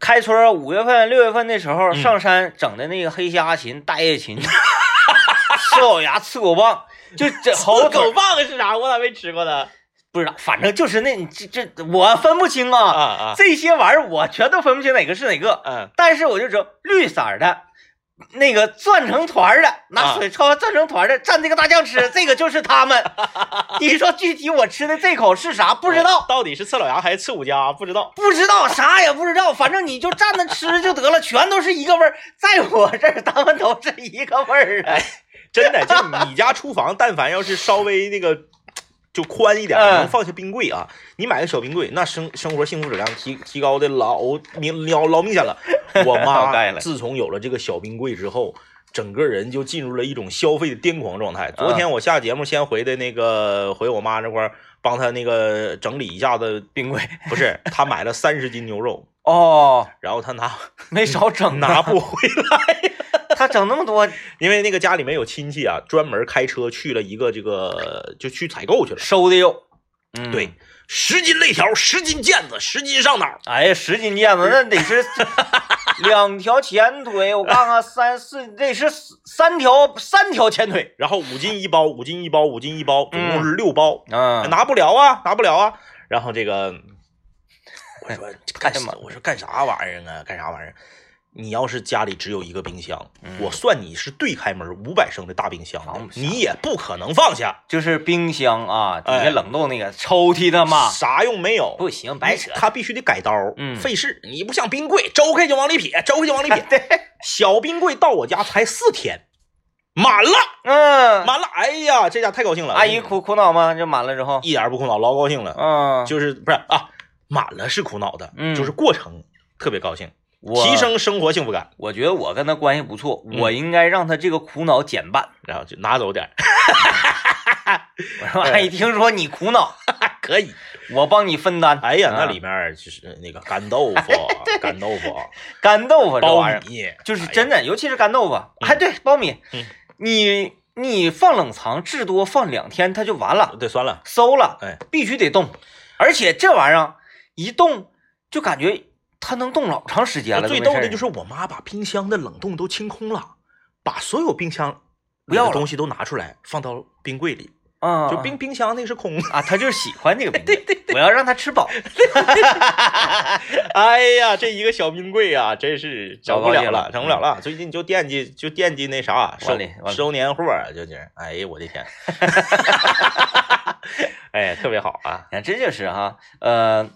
S1: 开春儿五月份六月份那时候
S2: 嗯
S1: 上山整的那个黑虾琴、大叶琴、吃狗牙、 刺狗棒，就这猴腿儿
S2: 狗棒是啥？我咋没吃过呢？
S1: 不知道，反正就是那你这这我分不清啊
S2: 啊啊，
S1: 这些玩意儿我全都分不清哪个是哪个，
S2: 嗯
S1: 但是我就知道绿色儿的，那个攥成团儿的，
S2: 啊
S1: 拿水焯攥成团儿的，蘸这个大酱吃，这个就是他 们。你说具体我吃的这口是啥？不知道，
S2: 到底是刺老牙还是刺五加？不知道。
S1: 不知道，啥也不知道，反正你就蘸着吃就得了，全都是一个味儿。在我这儿，他们都是一个味儿啊的。
S2: 真的，就你家厨房，但凡要是稍微那个就宽一点，
S1: 嗯
S2: 能放下冰柜啊，你买个小冰柜，那生生活幸福质量提提高的老明老老明显了。 我
S1: 老盖
S2: 妈
S1: 了
S2: 自从有了这个小冰柜之后。整个人就进入了一种消费的癫狂状态。
S1: 嗯
S2: 昨天我下节目先回的那个，回我妈那块儿帮她那个整理一下子，
S1: 冰柜
S2: 不是她买了三十斤牛肉，
S1: 哦，
S2: 然后她拿
S1: 没少整
S2: 拿
S1: 啊，
S2: 不回
S1: 他整那么多
S2: 因为那个家里面有亲戚啊，专门开车去了一个这个，就去采购去了。
S1: 收的肉。嗯
S2: 对，十斤肋条，十斤腱子，十斤上脑。
S1: 哎呀，十斤腱子那得 是两条前腿，我看看三四得是三条三条前腿。
S2: 然后五斤一包，五斤一包，五斤一包，总共是六包，
S1: 嗯，
S2: 拿不了啊，拿不了啊。然后这个，我 说干
S1: 哎呀
S2: 什
S1: 妈
S2: 么？我说干啥玩意儿啊？干啥玩意儿？你要是家里只有一个冰箱，
S1: 嗯
S2: 我算你是对开门五百升的大冰箱
S1: 放不
S2: 的，
S1: 下
S2: 你也不可能放下，
S1: 就是冰箱啊，底
S2: 哎
S1: 下冷冻那个、抽屉他妈
S2: 啥用没有。
S1: 不行，白扯。
S2: 他必须得改刀，
S1: 嗯
S2: 费事。你不像冰柜，周开就往里撇，周开就往里 撇。小冰柜到我家才四天，满了，
S1: 嗯，
S2: 满了。哎呀，这家太高兴了，
S1: 阿姨苦苦恼吗？就满了之后，
S2: 一点不苦恼，老高兴了。
S1: 嗯，
S2: 就是不是啊，满了是苦恼的，
S1: 嗯
S2: 就是过程特别高兴，
S1: 我
S2: 提。升生活幸福感，
S1: 我觉得我跟他关系不错，
S2: 嗯
S1: 我应该让他这个苦恼减 半。
S2: 然后就拿走点儿，
S1: 我
S2: 哎
S1: 说阿姨，听说你苦恼，
S2: 可以。
S1: 我帮你分担。
S2: 哎呀，
S1: 啊
S2: 那里面就是那个干豆 腐，干豆腐，
S1: 干豆腐这玩意
S2: 苞
S1: 儿，
S2: 米，
S1: 就是
S2: 哎呀
S1: 真的，尤其是干豆腐，哎，对，苞米
S2: 嗯，
S1: 你你放冷藏，至多放两天它就完了，
S2: 哎对，酸了，
S1: 馊了，
S2: 哎，
S1: 必须得冻。而且这玩意儿一冻，就感觉它能冻老长时间了。
S2: 最
S1: 都没
S2: 逗
S1: 事儿
S2: 的就是我妈把冰箱的冷冻都清空了，把所有冰箱
S1: 不要
S2: 里的
S1: 了
S2: 东西都拿出来放到冰柜里，
S1: 啊，
S2: 就冰 冰箱那是空的。
S1: 啊，他就是喜欢这个冰棍，我要让他吃饱。
S2: 哎呀，这一个小冰柜啊，真是整不
S1: 糟糕
S2: 了
S1: 极
S2: 了
S1: 了，
S2: 整不了了。最近就惦记就惦记那啥收
S1: 完了完了
S2: 收年货啊，就是，哎呀，我的 天，哎，特别好啊，
S1: 你看，真就是哈、呃，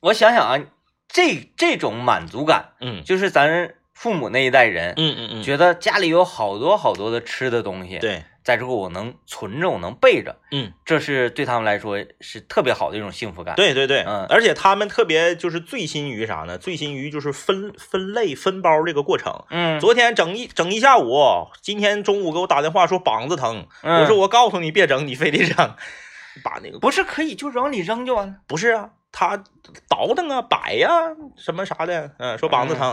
S1: 我想想啊，这这种满足感，
S2: 嗯
S1: 就是咱父母那一代人，
S2: 嗯嗯嗯，
S1: 觉得家里有好多好多的吃的东西，，
S2: 对，
S1: 在这个我能存着，我能备着，
S2: 嗯，
S1: 这是对他们来说是特别好的一种幸福感。，
S2: 对对对，
S1: 嗯
S2: 而且他们特别就是醉心于啥呢？醉心于就是分分类分包这个过程。
S1: 嗯，
S2: 昨天整一整一下午，今天中午给我打电话说膀子疼，
S1: 嗯
S2: 我说我告诉你别整，你非得整， 把那个
S1: 不是可以就往里扔就完了？
S2: 不是啊，他倒腾啊，摆呀、什么啥的，嗯，说膀子疼，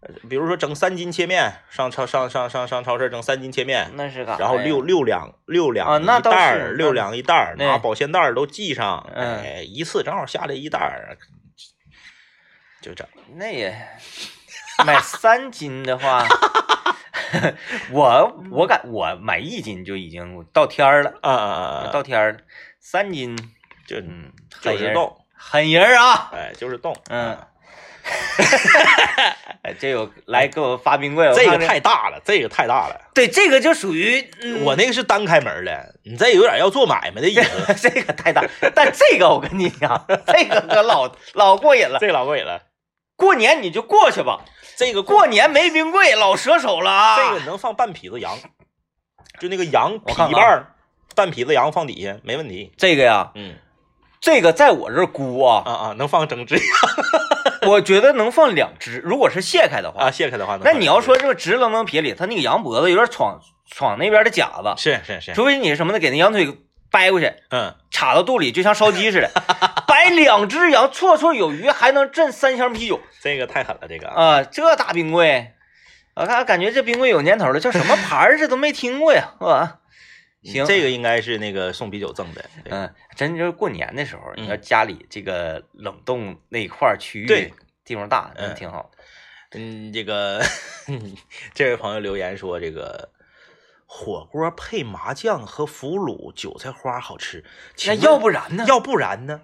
S2: 呃比如说整三斤切面，上超上上上上超市整三斤切面，
S1: 那是嗯哎干啥呀？
S2: 然后六六两六
S1: 啊
S2: 两
S1: 那
S2: 一
S1: 倒
S2: 袋
S1: 是
S2: 儿，六
S1: 那
S2: 两一袋儿，
S1: 对
S2: 拿保鲜袋儿都系上，
S1: 嗯
S2: 哎，一次正好下来一袋儿，就整。
S1: 那也买三斤的 话，我我感我买一斤就已经到天儿了，
S2: 啊啊啊啊
S1: 到！天儿了，三斤，
S2: 就
S1: 嗯，狠
S2: 就
S1: 人
S2: 是
S1: 儿，
S2: 动，
S1: 狠人儿啊！
S2: 哎，就是动。
S1: 嗯，哎，这有来给我发冰柜，我
S2: 这
S1: 看
S2: 个太大了，这个太大了。
S1: 对，这个就属于、嗯、
S2: 我那个是单开门的，你这有点要做买卖的意 思。
S1: 这个太 大，但这个我跟你讲，这个可老 老过瘾了。
S2: 这老过瘾了，
S1: 过年你就过去吧，
S2: 这个
S1: 过年没冰柜老折手了啊。
S2: 这个能放半匹子羊，就那个羊
S1: 我
S2: 皮
S1: 看看啊
S2: 瓣儿，半匹子羊放底下没问题。
S1: 这个呀，
S2: 嗯
S1: 这个在我这儿估啊，
S2: 啊啊，能放整只
S1: 哦我觉得能放两只，如果是卸开的话
S2: 啊，。卸开的话能
S1: 那
S2: 放
S1: 你要
S2: 整
S1: 说这个直愣愣撇里，它那个羊脖子有点闯闯那边的夹子，
S2: 只啊是是是，
S1: 除非你是什么的给那羊腿掰过去，
S2: 嗯，
S1: 插到肚里，就像烧鸡似的，摆两只羊绰绰有余，还能镇三箱啤酒
S2: 这个太狠了，这个
S1: 啊、这大冰柜，我看感觉这冰柜有年头了，叫什么牌儿这都没听过呀，是吧？行，
S2: 这个应该是那个送啤酒赠的。对
S1: 嗯、真就是过年的时候，
S2: 嗯
S1: 你要家里这个冷冻那一块儿区域
S2: 对
S1: 地方大，那
S2: 嗯
S1: 挺好的。
S2: 嗯，这个 这位朋友留言说，这个火锅配麻酱和腐乳韭菜花好吃。
S1: 那
S2: 请
S1: 要
S2: 问
S1: 不然呢？
S2: 要不然呢？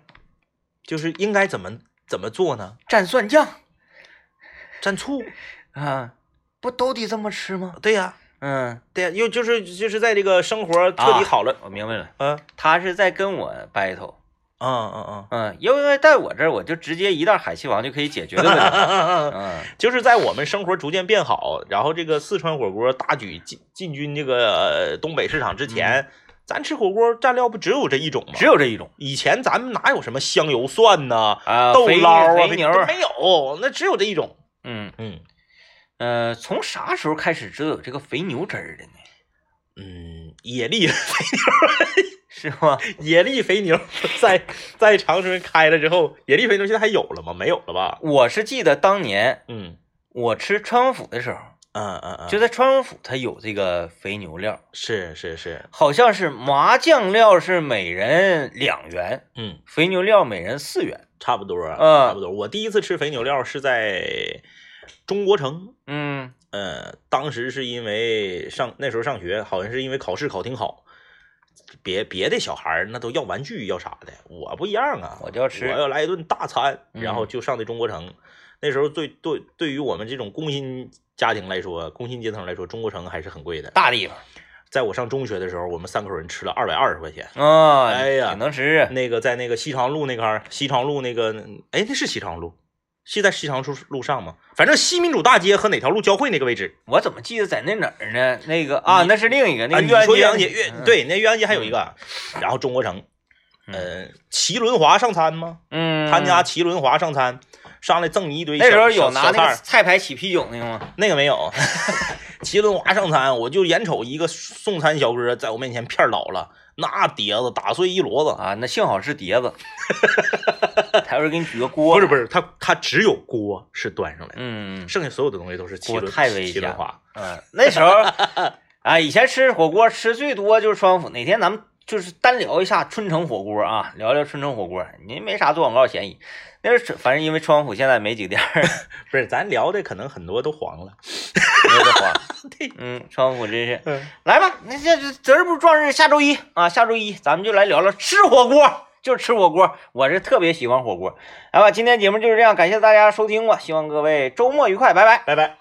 S2: 就是应该怎么怎么做呢？
S1: 蘸蒜酱
S2: 蘸醋？
S1: 啊，不都得这么吃吗？
S2: 对呀、
S1: 嗯，
S2: 对呀，又就是就是在这个生活彻
S1: 啊
S2: 底好了，
S1: 呃我明白了，
S2: 嗯
S1: 他是在跟我 battle。
S2: 嗯嗯
S1: 嗯，因为在我这儿，我就直接一袋海西王就可以解决的 问题。
S2: 嗯，
S1: 嗯，
S2: 就是在我们生活逐渐变好，然后这个四川火锅大举进进军这个、呃东北市场之前，咱吃火锅蘸料不只有这一种吗？
S1: 嗯只有这一种
S2: 以前咱们哪有什么香油蒜呐、
S1: 啊，
S2: 豆
S1: 肥
S2: 捞啊、
S1: 肥
S2: 这
S1: 牛。
S2: 都没有，那只有这一种。
S1: 嗯，
S2: 嗯
S1: 呃，从啥时候开始知道有这个肥牛汁儿的呢？
S2: 嗯，野力
S1: 是吗？
S2: 野力肥牛在在长春开了之后，野力肥牛现在还有了吗？没有了吧？
S1: 我是记得当年
S2: 嗯
S1: 我吃川王府的时候，
S2: 嗯嗯嗯，
S1: 就在川王府它有这个肥牛料，
S2: 是是是，
S1: 好像是麻酱料是每人两元，
S2: 嗯。
S1: 肥牛料每人四元。
S2: 差不多，啊
S1: 嗯
S2: 差不多。我第一次吃肥牛料是在中国城，
S1: 嗯，
S2: 呃，当时是因为上那时候上学，好像是因为考试考挺好，别别的小孩儿那都要玩具要啥的，我不一样啊，
S1: 我就要吃
S2: 我要来一顿大餐，
S1: 嗯
S2: 然后就上的中国城。那时候对对对于我们这种工薪家庭来说，工薪阶层来说，中国城还是很贵的。
S1: 大地方
S2: 在我上中学的时候，我们三口人吃了二百二十块钱。
S1: 啊，
S2: 哎呀
S1: 挺能吃。
S2: 那个在那个西长路那块儿，西长路那个，哎，那是西长路，是在西长路路上吗？反正西民主大街和哪条路交汇那个位置
S1: 我怎么记得在那哪儿呢？那个啊，
S2: 你
S1: 那是另一个，那
S2: 啊？
S1: 个
S2: 你
S1: 岳阳
S2: 说岳阳
S1: 街
S2: 街岳
S1: 嗯，
S2: 对，那岳阳街还有一个，然后中国城，呃，齐轮华上餐吗？
S1: 嗯，
S2: 他家齐轮华上餐，上来赠你一堆小。
S1: 那时候有
S2: 小
S1: 拿
S2: 小菜
S1: 那个
S2: 儿
S1: 菜牌起啤酒那个吗？
S2: 那个没有， 齐轮华上餐，我就眼瞅一个送餐小哥在我面前片儿倒了，那碟子打碎一摞子。
S1: 啊，那幸好是碟子，他要是给你举个锅，
S2: 不是不是，他他只有锅是端上来的。
S1: 嗯，
S2: 剩下所有的东西都是七
S1: 我
S2: 轮
S1: 太危
S2: 七轮
S1: 险
S2: 滑。
S1: 嗯，那时候 啊，以前吃火锅吃最多就是川府，哪天咱们就是单聊一下春城火锅啊，聊聊春城火锅，您没啥做广告嫌疑。那是反正因为川府现在没几个店儿，
S2: 不是，咱聊的可能很多都黄了。
S1: 没得 花。嗯，川府真是
S2: 嗯，
S1: 来吧，那这这择日不如撞日，下周一啊，下周一咱们就来聊聊吃火锅，就是吃火锅，我是特别喜欢火锅。来吧，今天节目就是这样，感谢大家收听吧，希望各位周末愉快，拜拜。
S2: 拜拜。